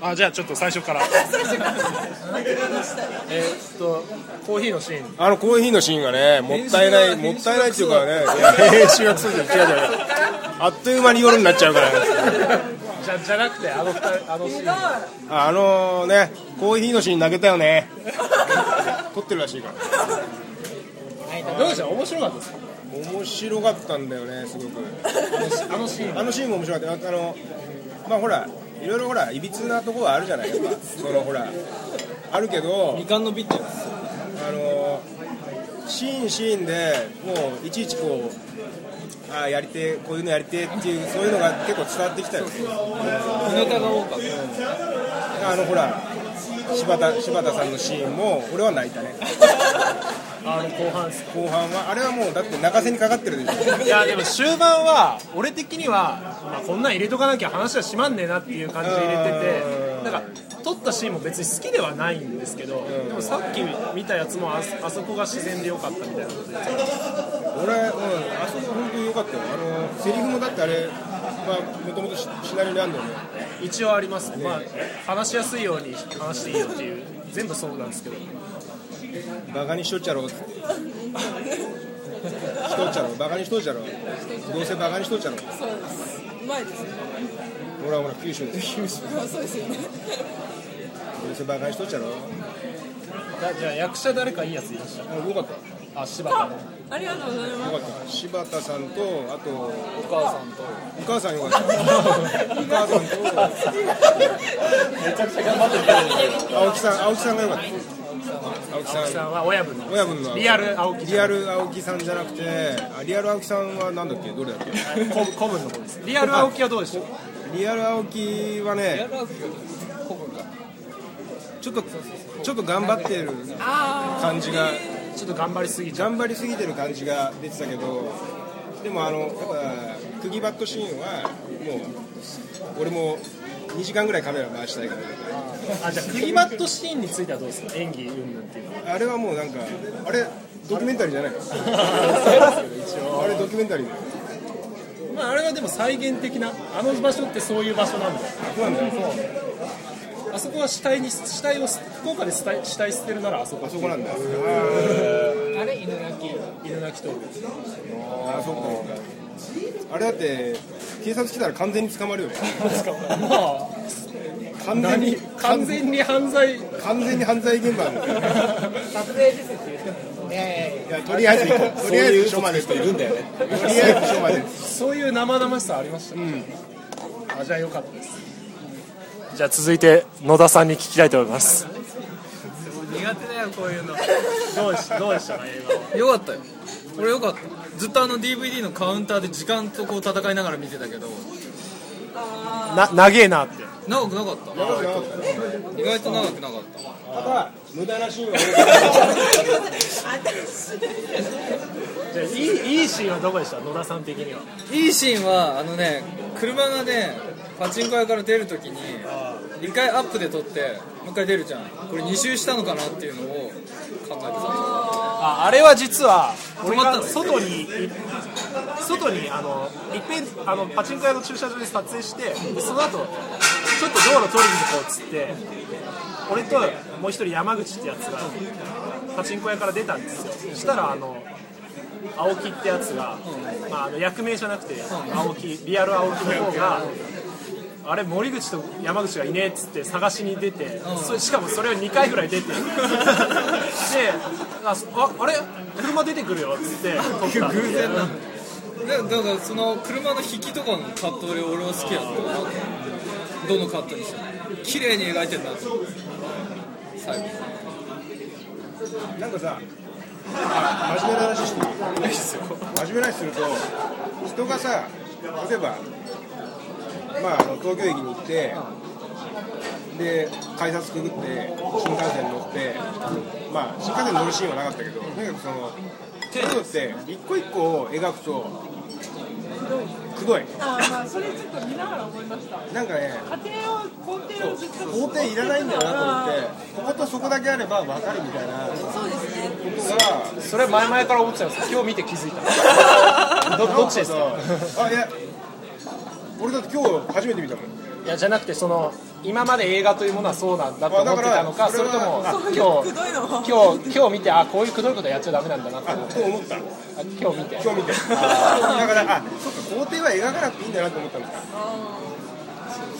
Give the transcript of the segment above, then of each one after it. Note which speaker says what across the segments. Speaker 1: あ じゃあちょっと最初からえーっとコーヒーのシーン
Speaker 2: あのコーヒーのシーンがねもったいないもったいないっていうかね編集がクソじゃん違う違う違うあっという間に夜になっちゃうから、
Speaker 1: じゃじゃなくてあの二人あのシーン
Speaker 2: あのねコーヒーのシーン投げたよね撮ってるらしいから
Speaker 1: どうでした面白かったですか
Speaker 2: 面白かったんだよねすごく
Speaker 1: あのシーン
Speaker 2: あのシーンも面白かったあのまあほらいろいろほらいびつなとこはあるじゃないですかそのほらあるけど
Speaker 3: みかんのビッチャ
Speaker 2: あのシーンシーンでもういちいちこうああやりてえこういうのやりてえっていうそういうのが結構伝わってきたよ
Speaker 3: 小ネタが多かっ
Speaker 2: あのほら柴田柴田さんのシーンも俺は泣いたね
Speaker 1: あの後半
Speaker 2: 後半はあれはもうだって泣かせにかかってるでしょ
Speaker 1: いやでも終盤は俺的には、まあ、こんなん入れとかなきゃ話はしまんねえなっていう感じで入れててなんか撮ったシーンも別に好きではないんですけどでもさっき見たやつもあそあそこが自然でよかったみたいな
Speaker 2: 俺、うん、あそこ本当に良かったよあのセリフもだってあれもともとシナリオにあるんだよね
Speaker 1: 一応ありますね、まあ、話しやすいように話していいよっていう全部そうなんですけど
Speaker 2: バカにしとっちゃろうってしとっちゃろうバカにしとっちゃろうどうせバカにしとっちゃろう
Speaker 4: そうですうまいですね
Speaker 2: ほらほら九州で九州
Speaker 4: まあそうですよね
Speaker 2: どうせバカにしとっちゃろう
Speaker 1: だじゃあ役者誰かいいやついまし
Speaker 2: あよかったよ
Speaker 1: たあ柴田
Speaker 4: あありがとうございま
Speaker 2: かった柴田さんとあと
Speaker 3: たお母さんと
Speaker 2: お母さんよかったお母さんと青木さん青木さんがよかった青木さん
Speaker 1: さんは親分の
Speaker 2: 親分の
Speaker 1: リアル青木
Speaker 2: リアル青木さんじゃなくてあリアル青木さんはなんだっけどれだっけ
Speaker 1: 古古文の方ですリアル青木はどうでした
Speaker 2: リアル青木は
Speaker 3: や
Speaker 2: ね
Speaker 3: らずこぶが
Speaker 2: ちょっとちょっと頑張ってる感じが
Speaker 1: ちょっと頑張りすぎちゃ
Speaker 2: 頑張りすぎてる感じが出てたけどでもあのやっぱ釘バットシーンはもう俺も2時間ぐらいカメラ回したいか
Speaker 1: うあじゃあ釘バットシーンについてはどうですか演技云々っていうのは
Speaker 2: らあれはもうなんかあれドキュメンタリーじゃない あれドキュメンタリー
Speaker 1: まあ、あれはでも再現的なあの場所ってそういう場所なんだよ
Speaker 2: なんだよ
Speaker 1: あそこは死体に死体を福岡で死体死体捨てるならあそこ
Speaker 2: あそこなんだ
Speaker 3: あれ犬鳴き
Speaker 1: 犬鳴き峠
Speaker 2: あそこあれだって警察来たら完全に捕まるよね
Speaker 1: まあ
Speaker 2: 完全
Speaker 1: 何
Speaker 2: に
Speaker 1: 完全に犯罪
Speaker 2: 完全に犯罪現場なんだよ
Speaker 3: 撮影ですって言ってもいやいやいや
Speaker 2: いやとりあえず行こうとりあえず署まで
Speaker 5: 人いるんだよね。
Speaker 2: とりあえず署まで
Speaker 1: そういう生々しさありました、あじゃあよかったですじゃあ続いて野田さんに聞きたいと思います
Speaker 3: 苦手だよこういうの
Speaker 1: どうでしたどうでしたか映画は
Speaker 3: よかったよ俺よかったずっとあの DVD のカウンターで時間とこう戦いながら見てたけど
Speaker 1: な長えなって
Speaker 3: 長くなかった意外と長くなかった
Speaker 2: ただ無駄なシーンは
Speaker 1: じゃあいいいいシーンはどこでした野田さん的にはい
Speaker 3: いシーンはあのね車がねパチンコ屋から出るときに1回アップで撮ってもう1回出るじゃんこれ2周したのかなっていうのを考え
Speaker 1: ああれは実は俺
Speaker 3: 止まった
Speaker 1: が
Speaker 3: の
Speaker 1: 外にい外にあのいっぺんあのパチンコ屋の駐車場で撮影してでその後ちょっと道路取りに行こうっつって俺ともう一人山口ってやつがパチンコ屋から出たんですよそしたらあの青木ってやつが、まあ、あの役名じゃなくて青木リアル青木の方が。あれ森口と山口がいねえっつって探しに出て、それしかもそれを2回ぐらい 出てであそああれ車出てくるよっつって撮った
Speaker 3: た偶然なんだよだだからその車の引きとかのカット俺俺は好きやったどのカットにしても綺麗に描いてんだと思って最後
Speaker 2: なんかさ真面目な話していい真面目な話すると人がさ例えばまああの東京駅に行ってで改札くぐって新幹線乗ってまあ新幹線乗るシーンはなかったけどとにかくそのそういうのって一個一個を描くとくどい
Speaker 4: あまあそれちょっと見ながら思いました
Speaker 2: なんかね
Speaker 4: 家庭を工程をずっと
Speaker 2: 工程いらないんだよなと思ってこことそこだけあれば分かるみたいなこ
Speaker 4: そうですね
Speaker 2: とが
Speaker 1: それ前々から思ってたんです今日見て気づいた どどっちですか
Speaker 2: あいや俺だって今日初めて見たもん
Speaker 1: いやじゃなくてその今まで映画というものはそうなんだと思ってたのか
Speaker 2: あだから
Speaker 1: それともあ
Speaker 4: そういう
Speaker 1: 今
Speaker 4: くどいのも
Speaker 1: 日今日今日見てあこういうくどいことやっちゃダメなんだなって
Speaker 2: あ
Speaker 1: 思って
Speaker 2: と思った
Speaker 1: あ今日見て
Speaker 2: 今日見てだからあそっか工程は描かなくていいんだなと思ったのか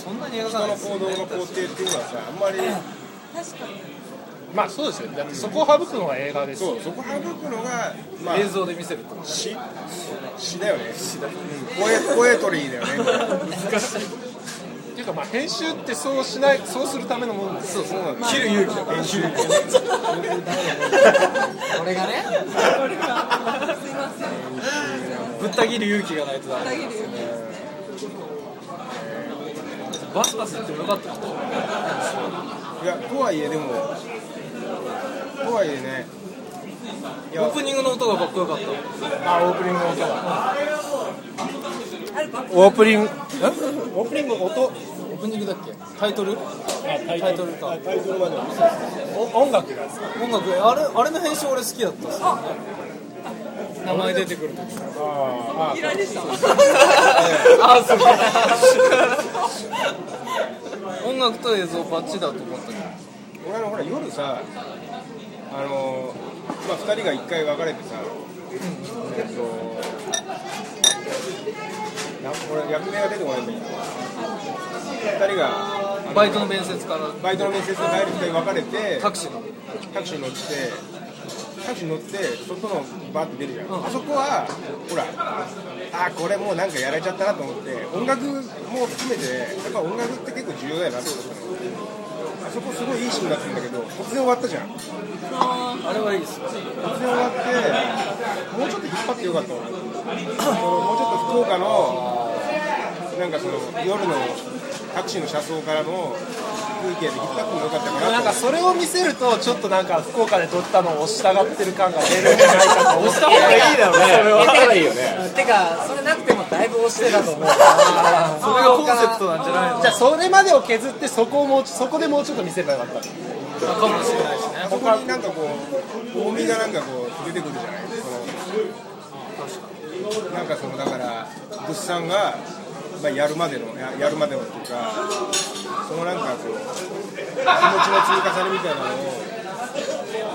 Speaker 3: そんなに描
Speaker 2: 人
Speaker 3: かない
Speaker 2: の
Speaker 3: ですよ
Speaker 2: 行動の工程っていうのはさあんまり
Speaker 4: 確かに
Speaker 1: まあそうですよだってそこを省くのが映画ですよ
Speaker 2: そうそこ省くのがまあ
Speaker 3: 映像で見せるってこと
Speaker 2: 詩詩だよね詩だ、うん、ポエポエトリーだよね
Speaker 1: 難しいっていうかまあ編集ってそうしないそうするためのものです
Speaker 2: そうそうなんだ
Speaker 3: 切る勇気だから
Speaker 2: 編集
Speaker 3: 俺がね
Speaker 4: 俺がすいません
Speaker 3: ぶった切る勇気がないとダメ
Speaker 4: 裏切るよね
Speaker 3: バスバスってもよかったか
Speaker 2: いやとはいえでもとはいえねいや
Speaker 3: オープニングの音がかっこよかった
Speaker 1: あオープニングの音が
Speaker 4: あれば
Speaker 1: オープニングオープニングの音
Speaker 3: オープニングだっけタイトル
Speaker 1: タ
Speaker 3: イトルか
Speaker 2: タイトルまでは
Speaker 1: お音楽がですか
Speaker 3: 音楽あれあれの編集俺好きだったっすよね名前出てくるとき
Speaker 2: あ
Speaker 4: 嫌いでした
Speaker 3: あすげえ 音楽と映像バッチだと思ったけど
Speaker 2: あ俺あのほら夜さあのまあ2人が1回別れてさえっとな俺役名が出てこないんだけど2人があの
Speaker 3: バイトの面接から
Speaker 2: バイトの面接で帰るって別れて
Speaker 3: タクシーの
Speaker 2: タクシーに乗ってタクシーに乗って外のバーって出るじゃん、あそこはほらあーこれもうなんかやられちゃったなと思って音楽も含めてやっぱ音楽って結構重要だよなと思ったのあそこすごいいいシーンだったんだけど突然終わったじゃん突
Speaker 3: あれはいいですよ
Speaker 2: 然終わってもうちょっと引っ張ってよかったわそのもうちょっと福岡のなんかその夜のタクシーの車窓からの風景で引っ張ってもよかったかなと
Speaker 1: なんかそれを見せるとちょっとなんか福岡で撮ったのを押したがってる感が出るんじゃないかと思った方がいい だろうねそれはいいよね
Speaker 5: てかそれなくてもだいぶ押してたと思うから
Speaker 3: それがコンセプトなんじゃないの
Speaker 1: じゃあそれまでを削ってそこをもうちょそこでもうちょっと見せればよかった
Speaker 3: かもしれないしね
Speaker 2: そこになんかこう重みがなんかこう出てくるじゃないそのなんかそのだから物産が、まあ、やるまでのややるまでのっていうかそのなんかこう気持ちの積み重ねみたいなのを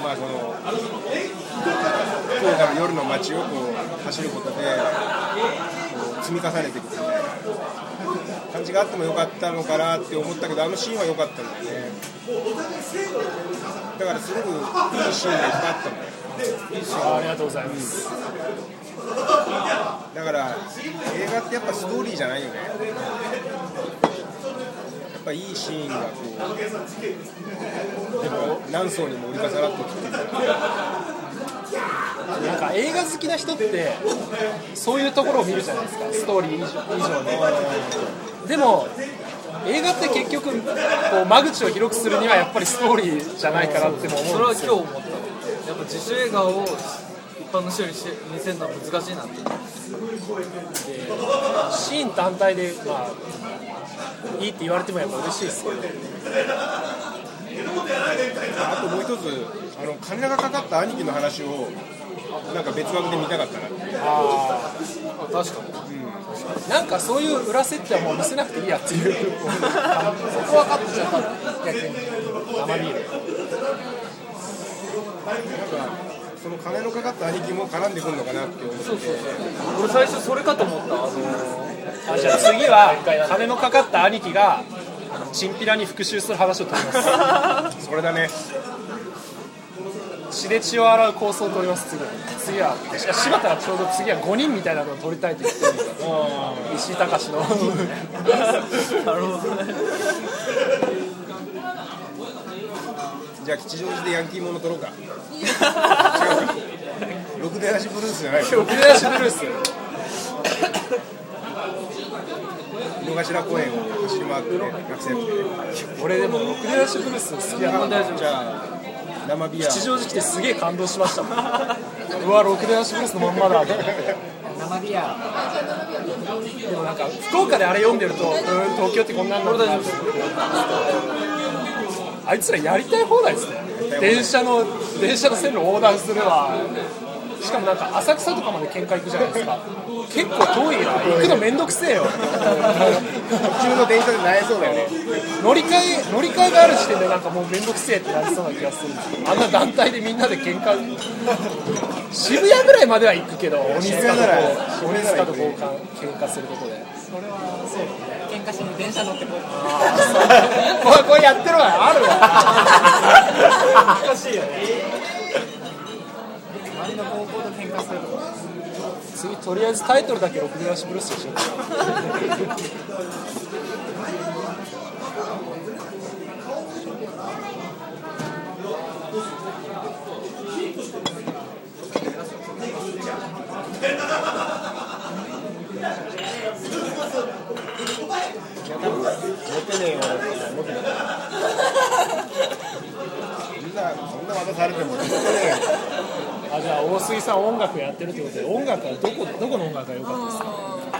Speaker 2: まあその福岡の夜の街をこう走ることでこう積み重ねていくみたいな感じがあってもよかったのかなって思ったけどあのシーンは良かったんだよね。だからすごくいいシーンがいっぱいあったのよ
Speaker 1: ありがとうございます、
Speaker 2: だから映画ってやっぱストーリーじゃないよねやっぱいいシーンがこうでも何層にも折り重なってきて
Speaker 1: なんか映画好きな人ってそういうところを見るじゃないですかストーリー以上以上ででも映画って結局こう間口を広くするにはやっぱりストーリーじゃないかなっても思
Speaker 3: それ
Speaker 1: うん
Speaker 3: は
Speaker 1: で
Speaker 3: 今
Speaker 1: す
Speaker 3: 日
Speaker 1: よ
Speaker 3: 思ったわやっぱ自主映画を一般の人にして見せるのは難しいなって
Speaker 1: シーン単体でまあいいって言われてもやっぱ嬉しいですけど
Speaker 2: あともう一つあの金がかかった兄貴の話をなんか別枠で見たかったなって
Speaker 3: あ確かに
Speaker 1: なんかそういう裏設定はもう見せなくていいやっていうそこはカットしちゃった逆にあまりいいね
Speaker 2: その金のかかった兄貴も絡んでくるのかなって思って
Speaker 3: そうそうそう俺最初それかと思ったあの
Speaker 1: あじゃあ次は金のかかった兄貴があのチンピラに復讐する話を取ります
Speaker 2: それだね
Speaker 1: 血で血を洗う構想を取ります次は次は確か柴田がちょうど次は5人みたいなのを取りたいと言ってるんですよ石井隆 の
Speaker 3: なるほどね
Speaker 2: じゃあ吉祥寺でヤンキーもの撮ろうか違うかろくでなしブルースじゃない
Speaker 1: 今日出しブルース
Speaker 2: 井の頭公園を走り回ってね学生服で
Speaker 1: 俺でもろくでなしブルース好きだな
Speaker 2: じゃあ生ビア
Speaker 1: 吉祥寺来てすげえ感動しましたもんうわろくでなしブルースのまんまだと思って
Speaker 5: 生ビア
Speaker 1: でもなんか福岡であれ読んでると、うーん東京ってこんなんなんだってあいつらやりたい放題ですね。電車の電車の線路を横断するわ、しかもなんか浅草とかまで喧嘩行くじゃないですか結構遠いよ行くのめんどくせえよ
Speaker 2: 普通の電車でなえそうだよね
Speaker 1: 乗り換え乗り換えがある時点でなんかもうめんどくせえってなりそうな気がするんですけどあんな団体でみんなで喧嘩渋谷ぐらいまでは行くけど鬼塚と
Speaker 2: 渋谷なら
Speaker 1: こう鬼塚と交換喧嘩することで
Speaker 5: 喧嘩しに電車乗ってこい
Speaker 1: これこれやってるわあるわおかしいよね
Speaker 5: 周りの高校と喧嘩するとか
Speaker 1: 次とりあえずタイトルだけろくでなしブルースとしよう
Speaker 2: そんなそんな渡されてもね
Speaker 1: あじゃあ大杉さん音楽やってるってことで音楽はどこどこの音楽が良かったですか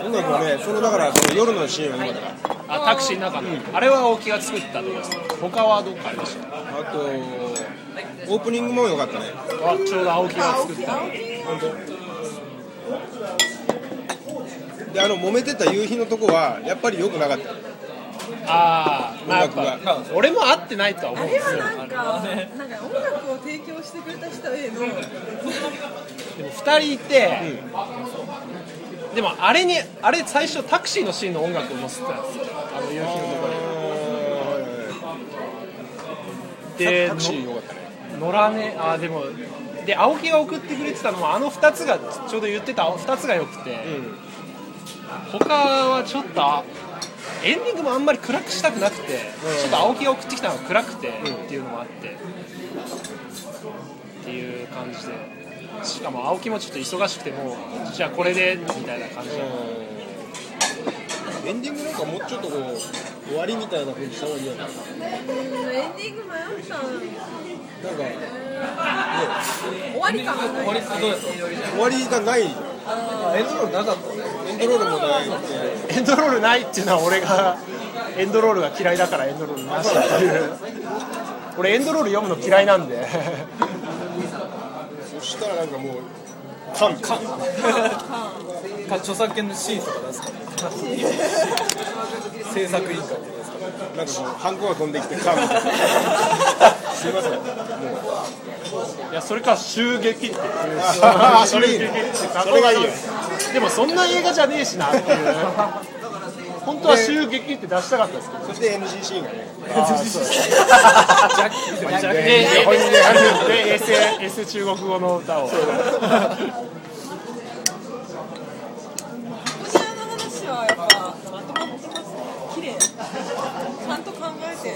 Speaker 2: 音楽はねそのだからその夜のシーンは良かったか
Speaker 1: あタクシーの中の、あれは大木が作ったとこですね他はどっかありました
Speaker 2: らあとオープニングも良かったね
Speaker 1: あちょうど青木が作ったの
Speaker 2: であの揉めてた夕日のとこはやっぱり良くなかった
Speaker 1: ああまあやっ
Speaker 2: 音楽
Speaker 1: ぱ俺も合ってないとは思
Speaker 4: あ
Speaker 1: うん
Speaker 4: れ
Speaker 1: で
Speaker 4: は
Speaker 1: すよ
Speaker 4: なんか、なんか音楽を提供してくれた人への、
Speaker 1: でも2人いて、でもあれにあれ最初タクシーのシーンの音楽を載せてたんですよあの夕日のとこにで
Speaker 2: タクシー良かったね
Speaker 1: 乗らねあーでもで青木が送ってくれてたのもあの2つがちょうど言ってた2つが良くて、他はちょっとあエンディングもあんまり暗くしたくなくて、ちょっと青木が送ってきたのが暗くて、っていうのもあってっていう感じでしかも青木もちょっと忙しくてもうじゃあこれでみたいな感じで、
Speaker 2: エンディングなんかもうちょっとこう終わりみたいな風にした方がいいよね
Speaker 4: エンディング迷ったのに
Speaker 2: なんか
Speaker 4: 終わり感がない。
Speaker 2: 終わりがないじゃんエンドロールなかったねエンドロールもない
Speaker 1: エンドロールないっていうのは俺がエンドロールが嫌いだからエンドロールなしっていう俺エンドロール読むの嫌いなんで
Speaker 2: そしたらなんかもうカンカン
Speaker 3: か著作権の C とか出すから 制作委員会とかですか
Speaker 2: なんかこうハンコが飛んできてカンみたいなすいませんもう
Speaker 1: いやそれか襲撃っていう
Speaker 2: あそれいいね
Speaker 1: そ
Speaker 2: それがいいよ
Speaker 1: でもそんな映画じゃねえしなっていう本当は襲撃って出したかったですけど
Speaker 2: そして NG シーンがね
Speaker 1: で で
Speaker 2: で
Speaker 1: エセエセ中国語の歌を
Speaker 4: こちらの話はやっぱ、まとまってますね。綺麗。ちゃんと考えて。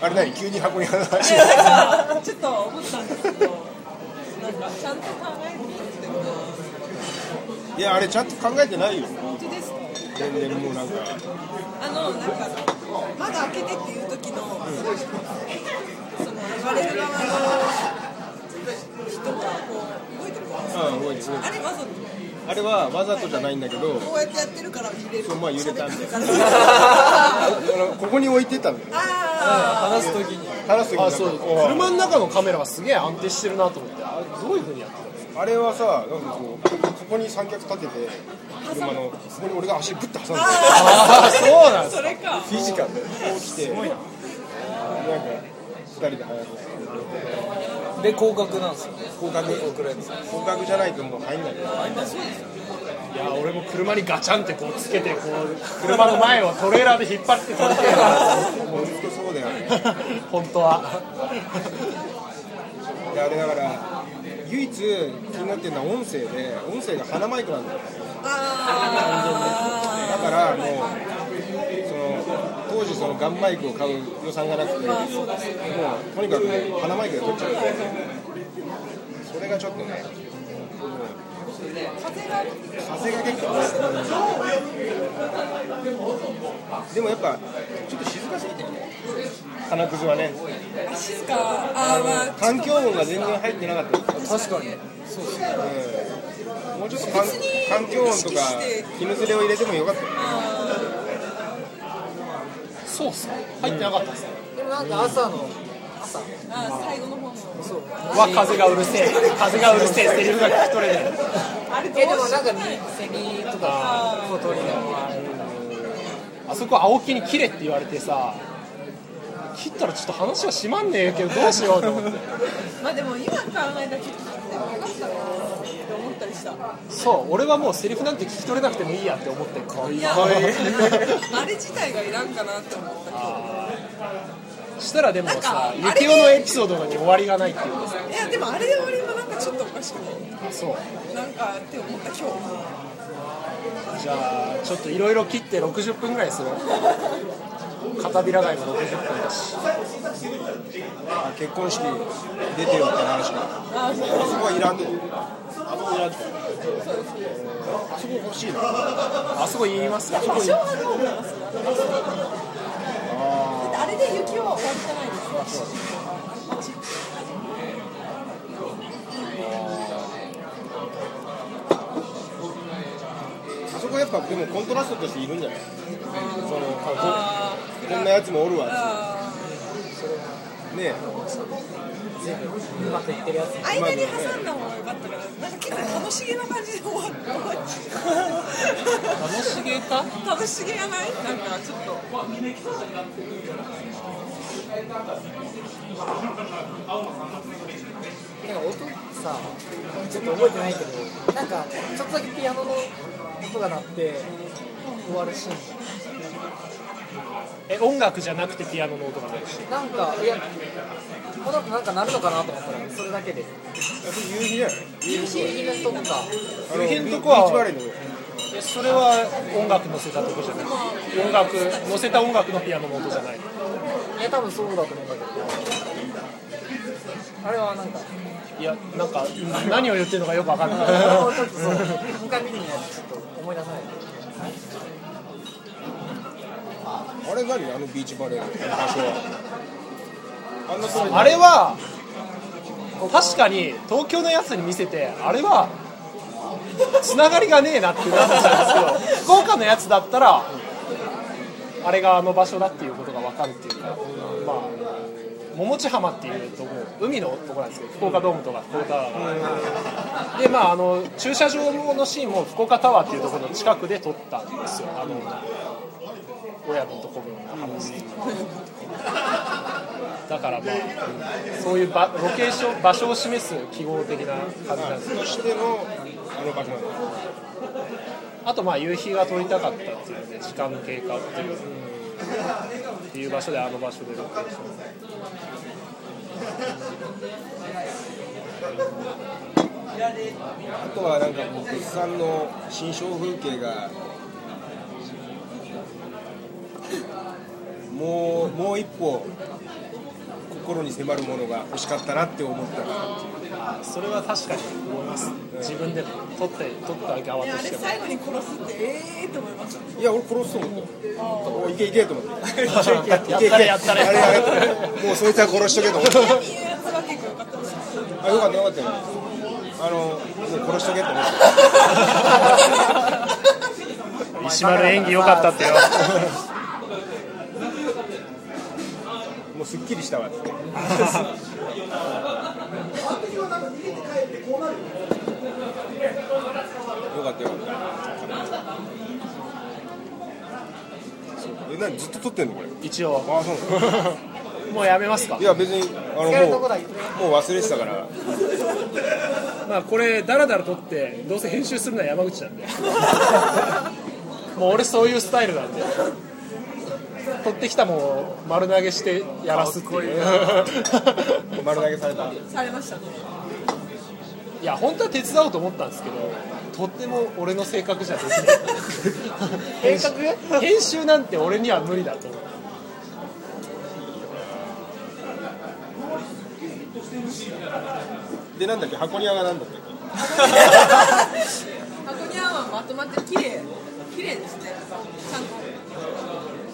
Speaker 2: あれ何急に箱に話を
Speaker 4: いやなんかちょっと思ったんですけど、なんかちゃんと考えてたんですけ
Speaker 2: い
Speaker 4: ど、
Speaker 2: やあれちゃんと考えてないよ
Speaker 4: 本当ですか。
Speaker 2: 全然もうなんか
Speaker 4: あのなんか窓開けてっていう時の、その言われる側の人がこう動いてるじゃないですか。
Speaker 2: うん動いてる
Speaker 4: あれわざと
Speaker 2: あれはわざとじゃないんだけど
Speaker 4: こうやってやってるから揺れる。
Speaker 2: そうまあ揺れたんで
Speaker 4: 喋ってるから
Speaker 2: ここに置いてたんだよ
Speaker 4: あ
Speaker 3: 話すときに
Speaker 2: 話す時になんかおい
Speaker 1: の中のカメラがすげえ安定してるなと思ってあれどういうふうにやってたんです
Speaker 2: あれはさなんかこうこここに三脚立てて車のそこに俺が足ぶって挟んで
Speaker 1: ああそうなん
Speaker 4: あ、それか。
Speaker 2: フィジカルでこう来てなんか二人で早く
Speaker 3: で広角なんですよ
Speaker 2: 合格合格じゃないともう入んないよ
Speaker 1: いや俺も車にガチャンってこうつけてこう車の前をトレーラーで引っ張ってこうっていうのは
Speaker 2: もうずっとそうだよね
Speaker 1: 本当は
Speaker 2: であれだから唯一気になってるのは音声で音声が鼻マイクなんだよ
Speaker 4: あ
Speaker 2: だからもうその当時そのガンマイクを買う予算がなくてもうとにかくね鼻マイクで撮っちゃうそれがちょっとね
Speaker 4: あ、風が
Speaker 2: 風が結構でもやっぱちょっと静かすぎてるね鼻くずはね
Speaker 4: あ静か。あー、まあ、
Speaker 2: 環境音が全然入ってなかった
Speaker 3: 確かに
Speaker 2: もうちょっと環環境音とか絹ずれを入れてもよかったよ
Speaker 1: そうっすか入ってなかったっすね
Speaker 5: でもなんか朝の
Speaker 1: 朝
Speaker 4: あー最後の方のそう
Speaker 1: は風がうるせえ風がうるせえセリフが聞き取れない
Speaker 4: あれどう
Speaker 5: えでも
Speaker 4: し
Speaker 5: なんかみセミとか小鳥のは
Speaker 1: あそこ青木に切れって言われてさ切ったらちょっと話は閉まんねえけどどうしようと思 って
Speaker 4: まあでも今考えたらちょっと切ってもよかったなって思ったりした
Speaker 1: そう俺はもうセリフなんて聞き取れなくてもいいやって思ってるか
Speaker 4: いやあれ自体がいらんかなって思ったけど
Speaker 1: したらでもさ
Speaker 4: なんか
Speaker 1: ユキオのエピソードに終わりがないっていうか
Speaker 4: いやでもあれで終わりもなんかちょっとおかしくない
Speaker 1: そう
Speaker 4: なんかって思った今日
Speaker 1: じゃあちょっといろいろ切って60分ぐらいする片びらがいも60分だし
Speaker 2: あ結婚式出てよって話が
Speaker 4: あそう
Speaker 2: あそこはいらんのあそこいらんのあそこ欲しいな
Speaker 1: あそこ言いますあそこ
Speaker 4: 場
Speaker 1: 言い
Speaker 4: 所はどうなのあれで雪は終わりじゃないですか
Speaker 2: あそこやっぱでもコントラストとしているんじゃないそのこ
Speaker 4: あ
Speaker 2: こんなやつもおるわ
Speaker 4: あ
Speaker 2: ね
Speaker 5: うまくいってるやつ
Speaker 4: ー間に挟んだ方が良かったからなんか結構楽しげな感じで終わった
Speaker 5: 楽しげか
Speaker 4: 楽しげやないなんかちょっと
Speaker 5: なんか音さ、ちょっと覚えてないけど、なんかちょっとだけピアノの音が鳴って終わるシーン。
Speaker 1: え音楽じゃなくてピアノの音が鳴るし
Speaker 5: なんかいや、この後なんか鳴るのかなと思ったらそれだけで。
Speaker 2: あそこ夕日じゃない
Speaker 5: 夕日のとこか。
Speaker 2: あの
Speaker 1: 夕
Speaker 2: ビ
Speaker 1: 日
Speaker 2: ー
Speaker 1: の
Speaker 2: ビ
Speaker 1: とこは
Speaker 2: ーチバレーの
Speaker 1: えそれは音楽乗せたとこじゃない音楽乗せた音楽のピアノの音じゃない
Speaker 5: いや多分そうだと思うんだけど。あれはなんか、
Speaker 1: いやなんか何を言ってるのかよくわかんない
Speaker 5: あ のちょっとそう、もう一回見てみないとちょっと思い出さない。
Speaker 2: あれ何あのビーチバレーの場所はあんなとこに
Speaker 1: あれは確かに東京のやつに見せてあれはつながりがねえなってなったんですけど福岡のやつだったらあれがあの場所だっていうことが分かるっていうかまあ桃地浜っていうとこ海のとこなんですけど福岡ドームとか福岡タワーがでまああの駐車場のシーンも福岡タワーっていうところの近くで撮ったんですよあの親分と子分の話だからまあそういう場ロケーション場所を示す記号的な感じなんですけど
Speaker 2: としてのあの場所なんだ
Speaker 1: あとまあ夕日が撮りたかったっていうので時間の経過っていうっていう場所であの場所でロケーション
Speaker 2: あとはなんかこう物産の新商風景がもうもう一歩心に迫るものが欲しかったなって思った
Speaker 1: それは確かに思います自分でも撮って撮った側
Speaker 4: いや
Speaker 1: と
Speaker 4: あれ
Speaker 1: しても
Speaker 4: 最後に殺すってええー、と思いました
Speaker 2: いや俺殺すと思ったおいけいけと思ったいけいけいけ
Speaker 1: やっ
Speaker 2: いけ
Speaker 1: たれやったれ
Speaker 2: あれやれもうそいつは殺しとけと思った
Speaker 4: 嫌味言うやつは結構良かったです
Speaker 2: あよかったよかったよあのもう殺しとけと思った
Speaker 1: 石丸演技良かったってよ
Speaker 2: もうすっきりしたわってよかったよかったえ何ずっと撮ってんのこれ
Speaker 1: 一応
Speaker 2: あそうなの
Speaker 1: もうやめますか
Speaker 2: いや別にあの
Speaker 5: 疲れる
Speaker 2: も
Speaker 5: と
Speaker 2: う
Speaker 5: こだけ
Speaker 2: もう忘れてたから
Speaker 1: まあこれダラダラ撮ってどうせ編集するのは山口なんで もう俺そういうスタイルなんで撮ってきたもんを丸投げしてやらすっていう
Speaker 2: 丸投げされた
Speaker 4: されましたね
Speaker 1: いや本当は手伝おうと思ったんですけどとっても俺の性格じゃです ね
Speaker 5: 計画？
Speaker 1: 編集なんて俺には無理だと思う
Speaker 2: でなんだっけ箱庭がなんだったっけ
Speaker 4: 箱にはまとまって綺麗綺麗ですねちゃんと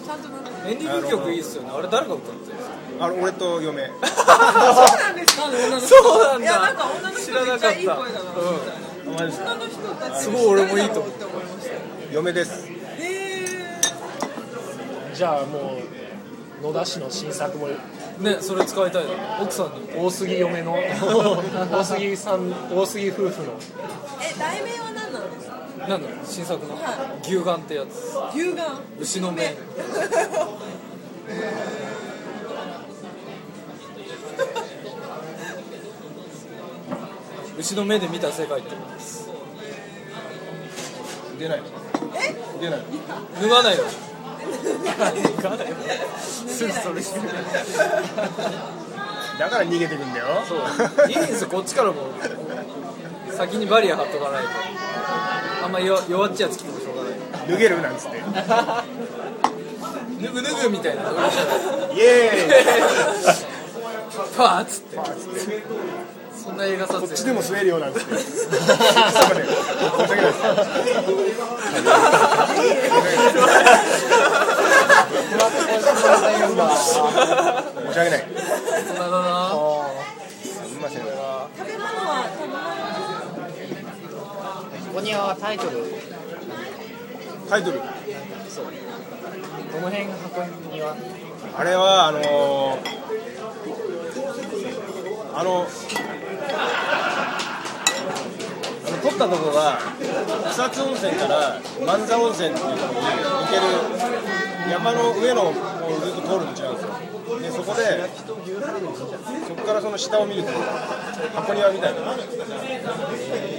Speaker 4: ちゃんとなんか
Speaker 5: エンディング曲いいっすよね。あれ誰が歌ってるんですか？
Speaker 2: あの俺と嫁
Speaker 4: そうなんですか
Speaker 5: そうなん
Speaker 4: い
Speaker 5: だ
Speaker 4: やなんか女の人めっちゃいい声だなみたいな
Speaker 2: お前です
Speaker 4: 女の人たち
Speaker 5: すごい俺もいいと
Speaker 4: 思
Speaker 5: 思
Speaker 4: って思いました
Speaker 2: 嫁です
Speaker 4: え
Speaker 1: じゃあもう野田市の新作も
Speaker 3: ねそれ使いたい奥さんに
Speaker 1: 大杉嫁 の大杉さん大杉夫婦の
Speaker 4: え題名は何なのですか
Speaker 3: なんだろう新作の
Speaker 4: は
Speaker 3: 牛眼ってやつ
Speaker 4: 牛眼
Speaker 3: 牛の目牛の目で見た世界ってことです
Speaker 2: 出ない出ない
Speaker 3: 脱がないよ
Speaker 4: 脱げないです
Speaker 2: だから逃げてくんだよ
Speaker 3: そういいんですよこっちからも先にバリア張っとかないとあんま弱弱っちいやつ来てもしょうがない
Speaker 2: 脱げるなんつって
Speaker 3: 脱ぐ脱ぐみたいな
Speaker 2: イエーイ
Speaker 3: パーッつってそんな映画撮
Speaker 2: こっち
Speaker 3: 影
Speaker 2: でも滑るよなんつってすいません申し訳ないです申し訳ない
Speaker 3: 大人だな
Speaker 2: すみません
Speaker 4: 食べ物は食べ物
Speaker 5: ここにはタイトル
Speaker 2: タイトル
Speaker 5: どの辺が箱庭
Speaker 2: あれはあのーあのあの撮ったとこが草津温泉から万座温泉っていうところに行ける山の上のをずっと通る道なんですよでそこでそこからその下を見ると箱庭みたいな、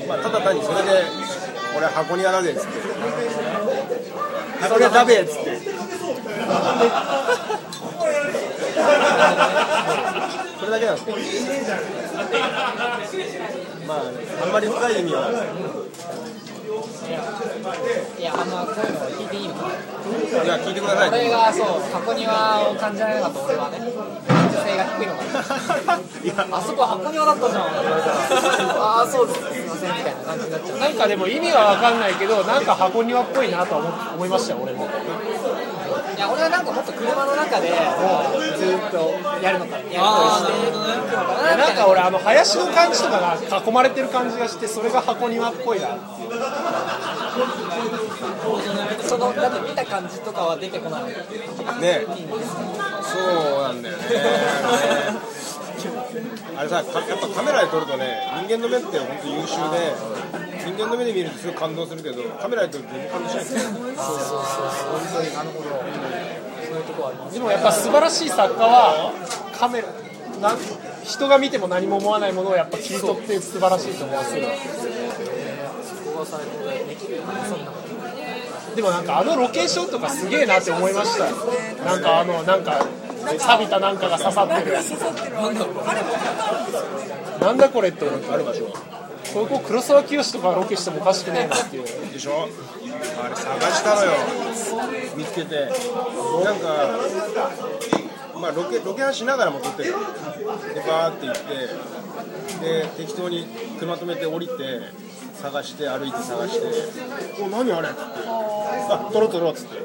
Speaker 2: まあ、ただ単にそれで「俺は箱庭だぜ」っつって「箱庭だべ」っつってそれだけなんですよまあ、あんまり深い意味は、
Speaker 5: いやあんまこういうの聞いていいのか
Speaker 2: じゃあ聞いてください。
Speaker 5: これがそう箱庭を感じられなかった俺はね感受性が低いのかない
Speaker 2: や、
Speaker 5: あそこ箱庭だったじゃんって言われたら ああそうですすいませんみたいな感じになっちゃう
Speaker 1: なんかでも意味は分かんないけどなんか箱庭っぽいなとは思思いましたよ俺も
Speaker 5: いや俺はなんかもっと車の中でもうずっとやるのかやりとりしてるのかなみた
Speaker 1: ないん
Speaker 5: な
Speaker 1: か俺あの林の感じとかが囲まれてる感じがしてそれが箱庭っぽいなっていう
Speaker 5: そのだって見た感じとかは出てこない
Speaker 2: ね、そうなんだよね。あれさ、かやっぱカメラで撮るとね、人間の目って本当優秀で、人間の目で見るとすごい感動するけど、カメラで撮ると全然感動しないんですよ。
Speaker 1: でもやっぱ素晴らしい作家はカメラなん人が見ても何も思わないものをやっぱ切り取って素晴らしいと思いますよでもなんかあのロケーションとかすげえなって思いましたなんかあのなんか錆びたなんかが刺さってる
Speaker 4: 刺さってるあれあれもあるんですよね
Speaker 1: なんだこれって思ってあるでしょここ黒沢清とかロケしてもおかしくねえなっていう
Speaker 2: でしょあれ探したのよ見つけてなんかまあロケロケハンしながらも撮ってるでバーって行ってで適当に車止めて降りて探して歩いて探して「お何あれ?」っつって「あ撮ろう撮ろう」っつって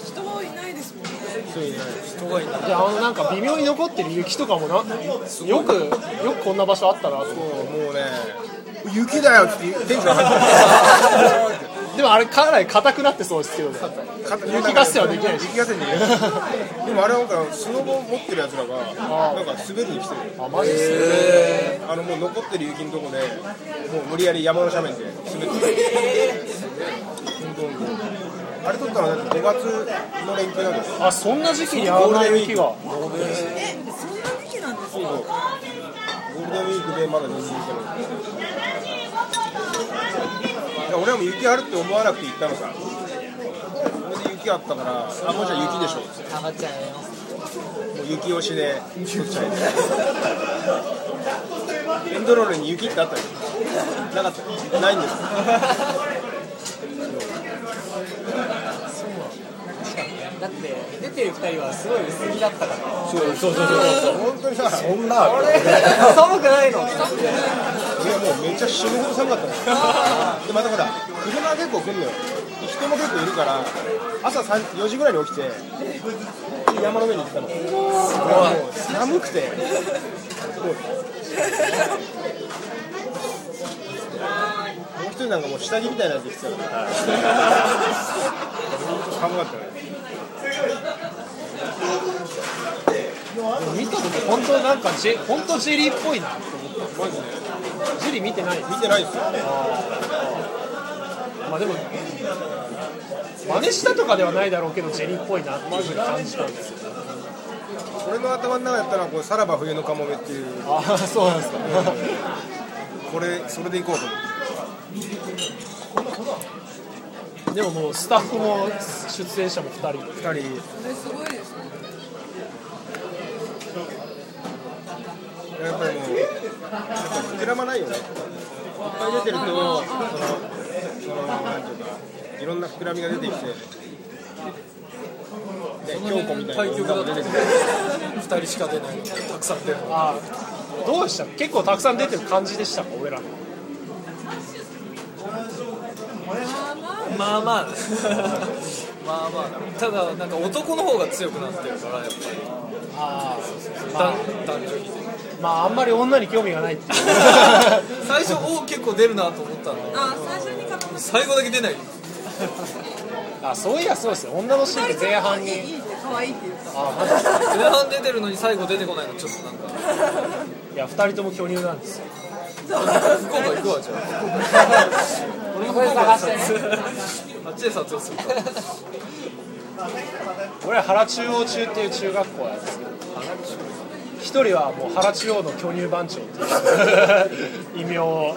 Speaker 4: 人はいないですもんね
Speaker 2: そういうね
Speaker 3: 人がいない
Speaker 1: であのなんか微妙に残ってる雪とかもなよくよくこんな場所あったなと思って
Speaker 2: もうもうね「雪だよ」っつってテンション上がって
Speaker 1: でもあれかなり硬くなってそうですけどね 雪合戦はできないし
Speaker 2: 雪合戦できないでもあれはなんかスノボ持ってるやつらがなんか滑りに来てる
Speaker 1: あマジっすね
Speaker 2: あのもう残ってる雪のとこで、もう無理やり山の斜面で滑って本当本当あれ撮ったのは5月の連休なんですよ
Speaker 1: あそんな時期にあんな雪が
Speaker 4: えそんな時期なんですか
Speaker 2: ゴールデンウィークでまだ全然行けないいや俺らも雪あるって思わなくて行ったのさそれで雪あったからあもうじゃあ雪でしょっ
Speaker 5: 上がっちゃいます
Speaker 2: てもう雪押しで撮っちゃえてエンドロールに雪ってあったよなかったないんです
Speaker 5: だって出てる2人はすごい薄着だったから
Speaker 2: 本当にさ
Speaker 5: 寒くないの
Speaker 2: いやもうめっちゃ死ぬほど寒かったのでまたほら車結構来るのよで人も結構いるから朝3 4時ぐらいに起きてで山の上に行ったのもう寒くてもうもう一 人なんかもう下着みたいなやつで来てたから寒かったね
Speaker 1: でも見た時本当なんかジェ本当ジェリーっぽいなと思った
Speaker 2: マジで
Speaker 1: ジェリー見てない
Speaker 2: 見てないですよ
Speaker 1: まあでも真似したとかではないだろうけどジェリーっぽいなっていうふうに感じたんですよ
Speaker 2: 俺の頭の中だったらこれさらば冬のカモメっていう
Speaker 1: ああそうなんですか
Speaker 2: これそれでいこうと思って
Speaker 1: でももうスタッフも出演者も2人
Speaker 2: 二人
Speaker 4: すごいですね
Speaker 2: やっぱりもう、やっぱ膨らまないよね。いっぱい出てると、その、その、なんていうか、いろんな膨らみが出てきて。ね、京子みたいな女も出てきて、
Speaker 3: 2人しか出ないのでたくさん出る
Speaker 1: ああどうでした結構たくさん出てる感じでしたか俺ら
Speaker 3: まあまあまあまあただなんか男の方が強くなってるからやっぱり
Speaker 1: あ
Speaker 3: だ男女比で
Speaker 1: あまああんまり女に興味がないっていう
Speaker 3: 最初お結構出るなと思ったの
Speaker 4: あ最初に固まっ
Speaker 3: 最後だけ出ない
Speaker 1: あそういやそうですね女のシーンって前半
Speaker 4: い
Speaker 1: に
Speaker 4: いって可愛いっていうか
Speaker 1: あマジですか
Speaker 3: 前半出てるのに最後出てこないのちょっとなんか
Speaker 1: いや2人とも巨乳なんですよ
Speaker 3: 福岡行くわじゃあ
Speaker 5: 俺これ探してね
Speaker 3: あっちで撮影するから
Speaker 1: 俺は原中央中っていう中学校なんですけど一人はもう原中央の巨乳番長っていう異名を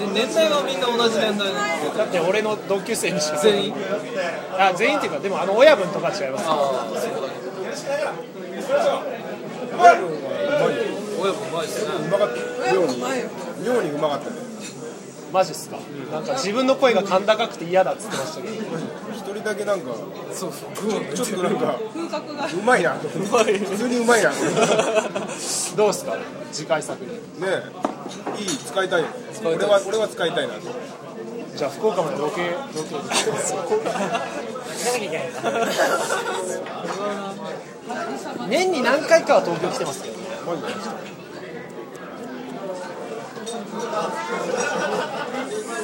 Speaker 3: え年代はみんな同じ年代なの
Speaker 1: だって俺の同級生にしか
Speaker 3: 全員
Speaker 1: あ全員っていうかでもあの親分とか違います
Speaker 3: ああそうだね親分うまいですね
Speaker 2: うまかった。
Speaker 4: 親もうまいよ
Speaker 2: 妙にうまかったね。
Speaker 1: マジっすか、なんか自分の声が甲高くて嫌だっつってましたけど
Speaker 2: 一人だけなんか、
Speaker 3: そう福岡
Speaker 2: ちょっとなんか、
Speaker 4: 風格が
Speaker 2: うまいな。普通にうまいな。ね、
Speaker 1: どうっすか次回作で
Speaker 2: いい、使いたいよね。俺は、俺は使いたいな。
Speaker 1: じゃあ福岡までロケロケ年に何回かは東京来てますけどね
Speaker 2: マジで。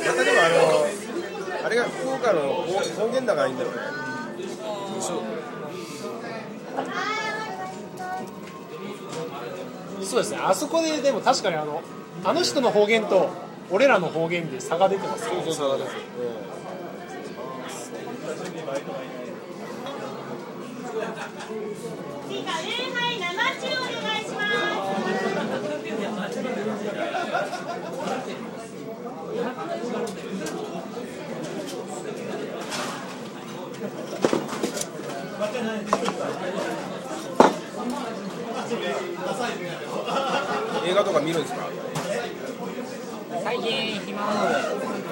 Speaker 2: なんかでもあの、あれが福岡の方方言だからいいんだよね。
Speaker 1: そうですねあそこででも確かにあのあの人の方言と俺らの方言で差が出てます
Speaker 2: そうそうそう。
Speaker 6: 次回礼拝生中お願いします。
Speaker 2: 映画とか見るんですか。
Speaker 5: 最近暇なの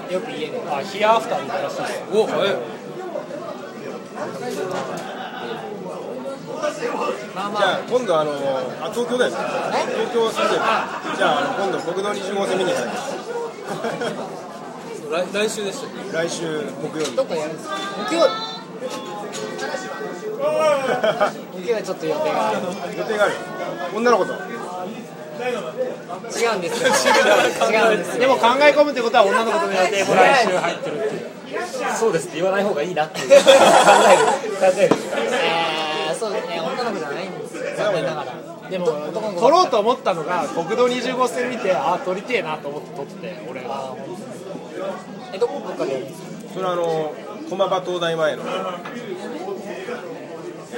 Speaker 5: でよく家で
Speaker 1: あヒアアフターみたいらしいです
Speaker 3: お早い
Speaker 5: まあ
Speaker 2: じ
Speaker 5: ま
Speaker 2: ゃあ今度あのあ東京だよね。東京住んでる。じゃああの今度国道20号線見に行く。
Speaker 3: そう来来週でしたっけ
Speaker 2: 来週木曜日。
Speaker 5: どっかやるんですか木曜木曜はちょっと予定が
Speaker 2: 予定があるよ。女の子と。
Speaker 5: 違うんですよ違うんです
Speaker 1: で
Speaker 5: よ
Speaker 1: も考え込むってことは女の子との予定も来週入ってるっていう
Speaker 7: そうですって言わない方がいいな っていう考える考え
Speaker 5: えー、そうですね女の子じゃないんですよ残念ながら
Speaker 1: でも撮ろうと思ったのが国道20号線見てあ撮りてえなと思って撮って俺が
Speaker 5: えどこどっかでやるんですか
Speaker 2: それはあの駒場東大前の。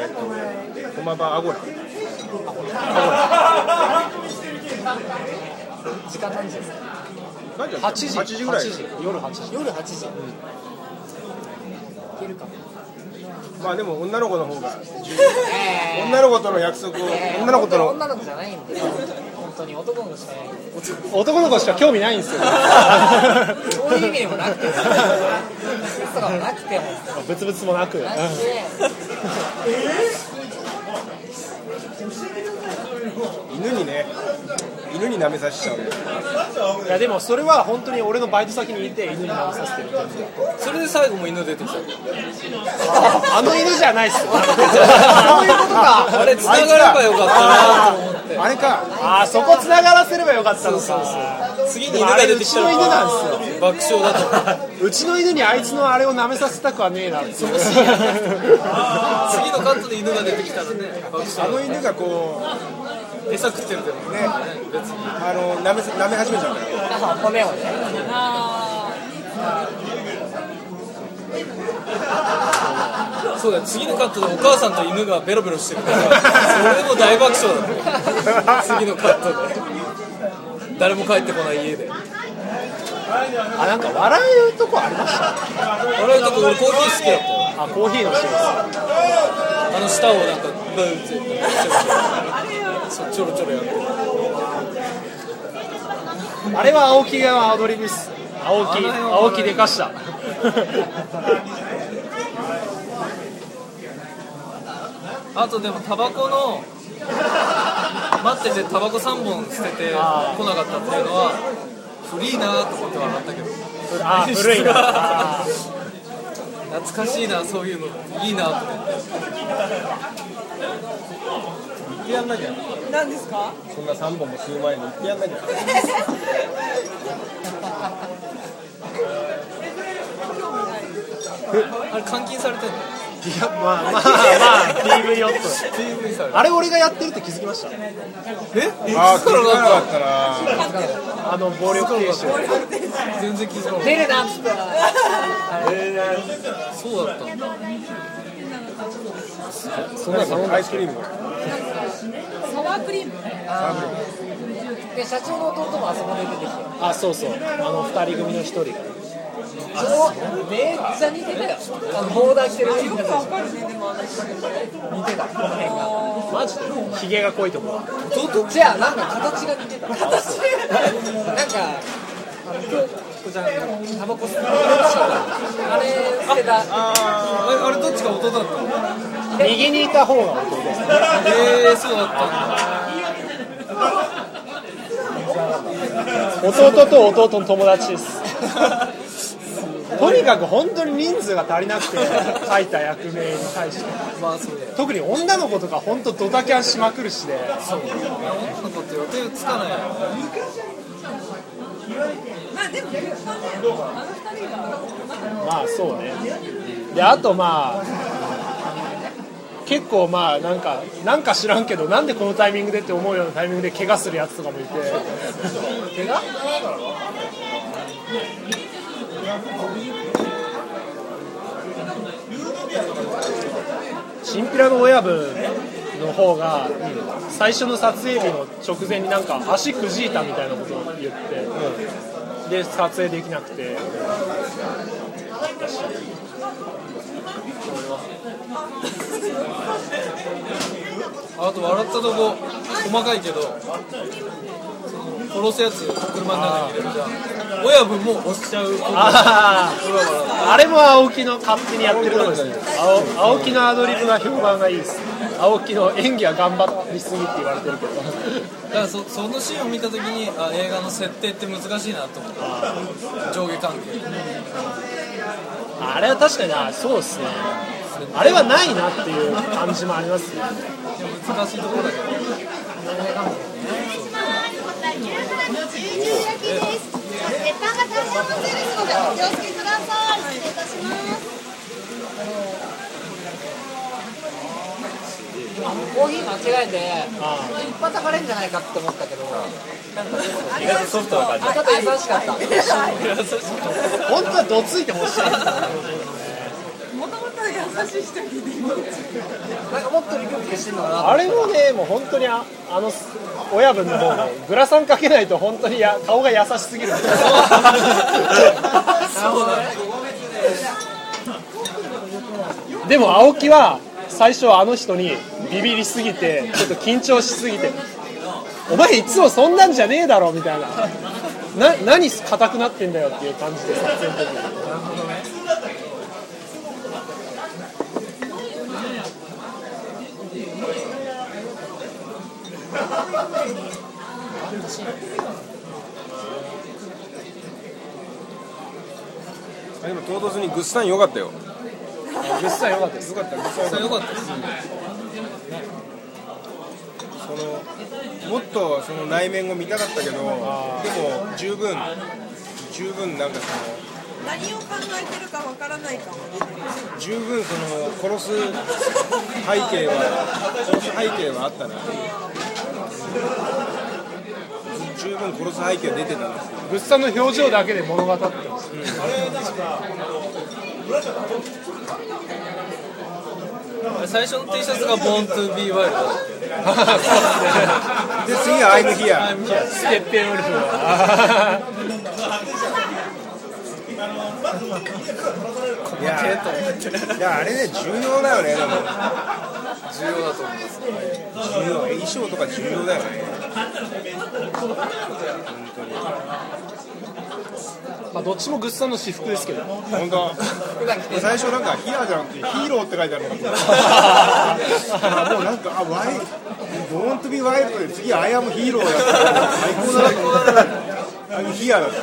Speaker 2: えっと駒場アゴラ。
Speaker 5: 時間何時ですか
Speaker 2: 何時だ
Speaker 1: 8
Speaker 2: っけ
Speaker 1: 時
Speaker 2: 8時ぐらい
Speaker 1: 8。時夜8時
Speaker 5: 夜8時、いけるかも
Speaker 2: まあでも女の子の方が
Speaker 5: え
Speaker 2: 女の子との約束を
Speaker 5: ー
Speaker 2: 女の子との
Speaker 5: 女の子じゃないんで本当に男の子しかい ないんで
Speaker 1: 男の子しか興味ないんですよ
Speaker 5: そういう意 味でもなくてとかもなくても
Speaker 1: ブツブツもなく
Speaker 5: なくて
Speaker 2: 犬にね犬に舐めさせちゃうよ
Speaker 1: いやでもそれは本当に俺のバイト先にいて犬に舐めさせてる感じだ
Speaker 3: それで最後も犬出てきた
Speaker 1: あの犬じゃないっすよ
Speaker 5: そういうことか
Speaker 3: あれ繋がればよかったなと思って
Speaker 2: あれか
Speaker 1: ああそこ繋がらせればよかったのか
Speaker 3: 次に犬が出てきたら
Speaker 1: でもあれうちの
Speaker 3: 爆笑だと思う
Speaker 1: うちの犬にあいつのあれを舐めさせたくはねえなその
Speaker 3: 次のカットで犬が出てきたらね爆笑
Speaker 2: あの犬がこ
Speaker 3: 餌食ってるでも
Speaker 2: うねあの舐め舐め始めちゃうから
Speaker 5: 骨をね
Speaker 3: そうだよ次のカットでお母さんと犬がベロベロしてるからそれも大爆笑だったよ次のカットで誰も帰ってこない家で
Speaker 1: あなんか笑うとこありました
Speaker 3: 俺のとこ俺コーヒー好きだったよ
Speaker 1: あコーヒーの人です
Speaker 3: あの舌をなんかブーってそうちょろちょろやって
Speaker 1: あれは青木がアドリブっす青木
Speaker 3: あの辺は
Speaker 1: 青木でかした
Speaker 3: あとでもタバコの待っててタバコ3本捨てて来なかったっていうのは古いなと思って笑ったけど
Speaker 1: あー古いなあ
Speaker 3: 懐かしいなそういうのいいなと思って
Speaker 4: 何ですか
Speaker 2: そんな3本も吸う前に言ってやんなきゃ
Speaker 3: あれ監禁されてんの
Speaker 1: ーいやまあまあまあ PV ヨットあれ俺がやってるって気づきました
Speaker 3: えいつ
Speaker 2: ああ気
Speaker 3: か
Speaker 2: づ
Speaker 3: ら
Speaker 2: かな
Speaker 3: な
Speaker 2: か
Speaker 3: ん
Speaker 2: っ
Speaker 3: か
Speaker 2: たな
Speaker 1: あの暴力研修
Speaker 3: 全然気づかなかっ
Speaker 5: 出るなっつって
Speaker 3: たそうだったんだ
Speaker 2: そんなのアイスクリーム
Speaker 4: サワークリーム
Speaker 5: で社長の弟もあそこで出てきて
Speaker 1: あそうそうあの二人組の一人が
Speaker 5: そうめっちゃ似てたよあのボーダー着てる
Speaker 4: よくわかるねでもあの人
Speaker 5: 似てたこの辺が
Speaker 1: マジでヒゲが濃いとこは
Speaker 5: 弟じゃあなんか形が似てた形なんかあの京子ちゃんがタバコ吸ってたあれ捨てた
Speaker 3: あれあれどっちが弟だったの
Speaker 1: 右にいた方が弟です
Speaker 3: えー、そうだったん
Speaker 1: 弟
Speaker 3: だ
Speaker 1: と弟の友達ですとにかく本当に人数が足りなくて書いた役名に対して
Speaker 3: まあそうだよ
Speaker 1: 特に女の子とか本当ドタキャンしまくるしで、
Speaker 3: そう女の子って予定つかないよ
Speaker 4: まあでも結果ねあの二人が
Speaker 1: まあそうねであとまあ結構まあなんかなんか知らんけどなんでこのタイミングでって思うようなタイミングで怪我するやつとかもいて
Speaker 5: 怪我
Speaker 1: チンピラの親分の方が最初の撮影日の直前になんか足くじいたみたいなことを言って、で撮影できなくて
Speaker 3: あと笑ったとこ細かいけどその殺すやつ車の中に入れるじゃん親分も押しちゃう
Speaker 1: あ
Speaker 3: 俺は笑
Speaker 1: ああれも青木の勝手にやってるとこですね青青木のアドリブが評判がいいです青木の演技は頑張りすぎって言われてるけど
Speaker 3: うだからそそのシーンを見た時にあ映画の設定って難しいなと思った上下関係
Speaker 1: あれは確かにあそうですねあれはないなっていう感じもありますね
Speaker 3: 難しいところだけど
Speaker 6: こちら10グラム10十夜勤です鉄板が大量のせですのでお気をつけください失礼いたします
Speaker 5: 今コーヒー間違えて一発はかれんじゃないかって思ったけど
Speaker 7: 意外とソフトな感じ
Speaker 5: ちょっと優しかった
Speaker 1: 本当はどついてほしい
Speaker 4: もともと優しい人にで
Speaker 5: なんかもっとビクビクしてんのかな
Speaker 1: あれもねもう本当にああの親分の方がグラサンかけないと本当にや顔が優しすぎるでも青木は最初あの人にビビりすぎてちょっと緊張しすぎて「お前いつもそんなんじゃねえだろ」みたいな「な何硬くなってんだよ」っていう感じで撮影の時に
Speaker 5: ああるらしい
Speaker 2: あでも唐突にグッサン良かったよ
Speaker 8: グッサン良かったです
Speaker 2: 良かったグッサン良かっ
Speaker 3: さあよかったです
Speaker 2: たそのもっとその内面を見たかったけどでも十分十分なんかその
Speaker 4: 何を考えてるかわからないかもね
Speaker 2: 十分その殺す背景は殺す背景はあったな十分殺す背景は出てたんですよ
Speaker 1: グッサンの表情だけで物語ってます、
Speaker 3: 最初の T シャツが Born to be wild だっ
Speaker 2: で次は「アイムヒア」
Speaker 3: て
Speaker 1: ステッペンウルフは
Speaker 2: いや
Speaker 3: えっと思って
Speaker 2: いやあれね重要だよねでも
Speaker 3: 重要だと思います
Speaker 2: 重要衣装とか重要だよね
Speaker 1: まあどっちもグッサンの私服ですけど
Speaker 2: 本当最初なんかヒアじゃなくてヒーローって書いてあるのかと思ったもうなんかあワイドーントビワイルドで次アイアムヒーローだった最高だなと思ったあのヒアだった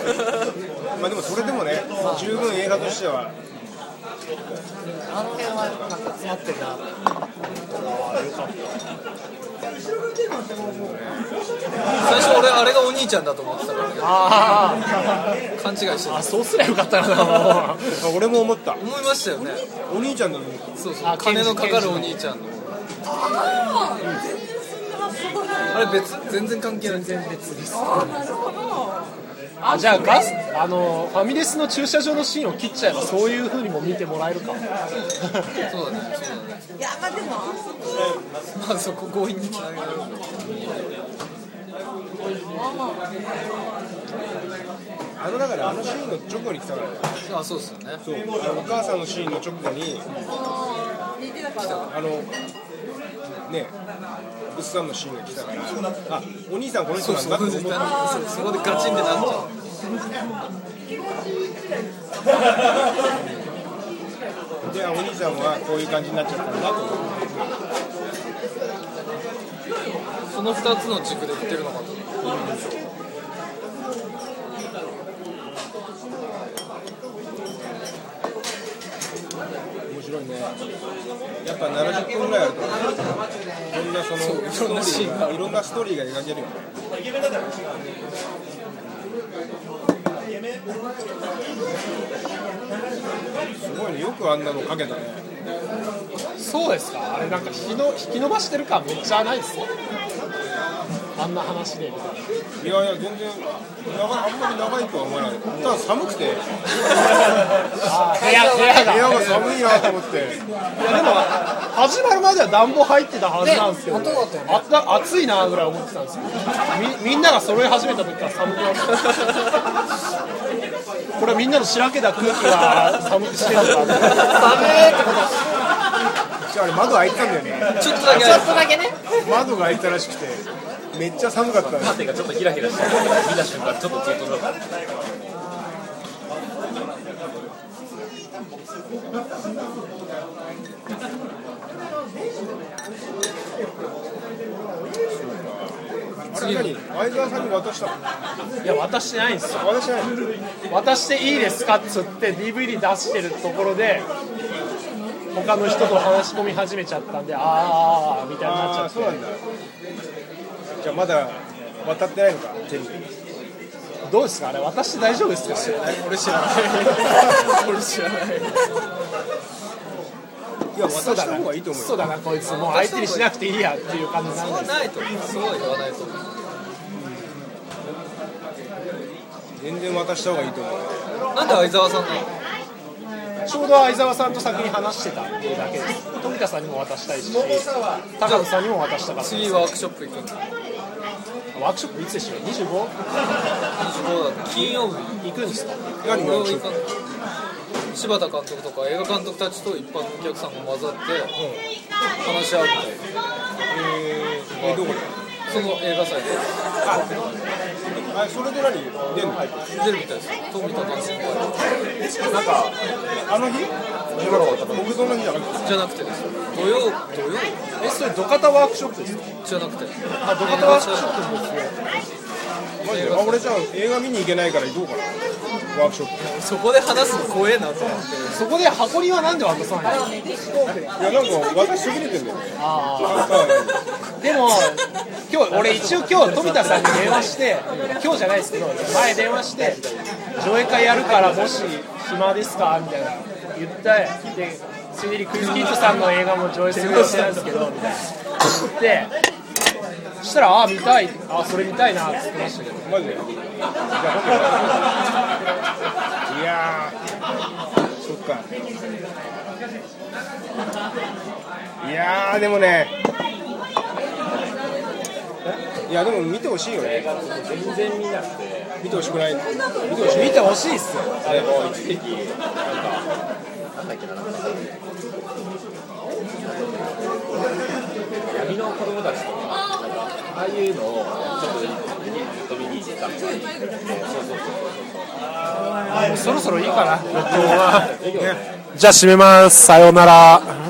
Speaker 2: まあでもそれでもね十分映画としては
Speaker 5: あの辺はなんか詰まってるな
Speaker 3: 最初俺あれがお兄ちゃんだと思ってたからね
Speaker 1: あ
Speaker 3: 勘違いして
Speaker 1: あ
Speaker 3: た
Speaker 1: そうすりゃよかったなもう
Speaker 2: あ俺も思った
Speaker 3: 思いましたよね
Speaker 2: お兄ちゃんだと思った
Speaker 3: そうそ
Speaker 1: あ
Speaker 3: う金のかかるお兄ちゃんのあれ別全然関係ない全然別です
Speaker 1: あじゃあガスあのファミレスの駐車場のシーンを切っちゃえばそういう風にも見てもらえるか
Speaker 3: そうだねそうだね
Speaker 4: いやまあでもあそこ
Speaker 3: まあそこ強引につなげる
Speaker 2: あの中であのシーンの直後に来たからね
Speaker 3: あそうですよね
Speaker 2: そうあのお母さんのシーンの直後に
Speaker 4: 似てたから
Speaker 2: あのねグッサンのシーンが来たからあお兄さんこの人
Speaker 3: そう
Speaker 2: なん
Speaker 3: そ
Speaker 2: だ
Speaker 3: こ
Speaker 2: と思
Speaker 3: で
Speaker 2: った
Speaker 3: そそこでガチンってなっちゃ
Speaker 2: でお兄さんはこういう感じになっちゃったんだと思って
Speaker 3: うその2つの軸で売ってるのかと
Speaker 2: 面白いねやっぱ70分ぐらいあるといろんなそのスト
Speaker 3: いろんな
Speaker 2: ー
Speaker 3: シ
Speaker 2: リ
Speaker 3: ーン
Speaker 2: ーがいろんなストーリーが描けるよねすごいねよくあんなの描けたね
Speaker 1: そうですかあれなんか引きの引き伸ばしてる感めっちゃないですよあんな話でみたい
Speaker 2: いやいや全然長いあんまり長いとは思わないただ寒くて
Speaker 1: な部屋
Speaker 2: 部屋が寒いなと思って
Speaker 1: いやでも始まるまでは暖房入ってたはずなんですけど、
Speaker 5: ね音だったよ
Speaker 1: あった暑いなぐらい思ってたんですよみみんなが揃い始めた時から寒くなったこれはみんなのしらけた空気が寒くしてるのかな
Speaker 2: じゃああれ窓開いてたんだよね
Speaker 3: ちょっとだけある
Speaker 2: 窓が開いたらしくてめっちゃ寒かったんだよ
Speaker 8: カーテンがちょっとヒラヒラしてる見た瞬間ちょっと中途だった
Speaker 2: あれ何相沢さんに渡したの
Speaker 1: いや渡してないんですよ
Speaker 2: 渡してないの
Speaker 1: 渡していいですかっつって DVD 出してるところで他の人と話し込み始めちゃったんであーあーあーみたいになっちゃ
Speaker 2: あ
Speaker 1: っ
Speaker 2: あ
Speaker 1: て
Speaker 2: そうなんだじゃあまだ渡ってないのか手に
Speaker 1: どうですかあれ渡して大丈夫ですか
Speaker 3: 俺知らない俺知らない
Speaker 2: いや渡した方がいいと思うよ
Speaker 1: そうだなこいつもう相手にしなくていいやっていう感じにな
Speaker 3: そ
Speaker 1: る
Speaker 3: うはないと思うそうは言わないと思う
Speaker 2: 全然渡した方がいいと思う
Speaker 3: なんで相沢さんなの
Speaker 1: ちょうど相沢さんと先に話してたっていうだけです富田さんにも渡したいし高野さんにも渡したから
Speaker 3: 次ワークショップ行くんだ
Speaker 1: ワークショップいつでしょう 25?
Speaker 3: 25だ金曜日
Speaker 1: 行くんですか
Speaker 2: 何
Speaker 3: 俺
Speaker 2: も
Speaker 3: も行かない柴田監督とか映画監督たちと一般のお客さんが混ざって話し合うみたい
Speaker 2: えどこで
Speaker 3: なその映画祭で
Speaker 2: あそれで何出んの
Speaker 3: 出るみたいですよ富田監督
Speaker 2: なんかあの日僕その日じゃなくて
Speaker 3: じゃなくてですよ土曜土曜
Speaker 1: えそれ土方ワークショップですか
Speaker 3: じゃなくて
Speaker 1: あ土方ワークショップも
Speaker 2: マジであ俺じゃあ映画見に行けないから行こうかなワークショップ
Speaker 9: そこで話すの怖えなと思って
Speaker 1: そこで箱にはなんで渡さないの
Speaker 2: いやなんか私ちょびれてんだよね
Speaker 1: あ
Speaker 2: は
Speaker 1: ーでも今日俺一応今日富田さんに電話して今日じゃないですけど前電話して上映会やるからもし暇ですかみたいな言ったでついでにクイズキッドさんの映画も上映する予定なんですけどみたいな言ってそしたらあー見たいあーそれ見たいなって言ってましたけど
Speaker 2: いマジでじゃあいやーそっかいやーでもねいやでも見てほしいよね
Speaker 3: 全然見なくて
Speaker 2: 見てほしくない見てほしい
Speaker 1: 見てほしいっすよ
Speaker 3: あでも一時期なんかなんだっけななんか闇の子供たちとかなんかああいうのをちょっとずっと見に行ってたみたいなそうそうそう
Speaker 1: そろそろいいかな
Speaker 10: じゃあ閉めますさようなら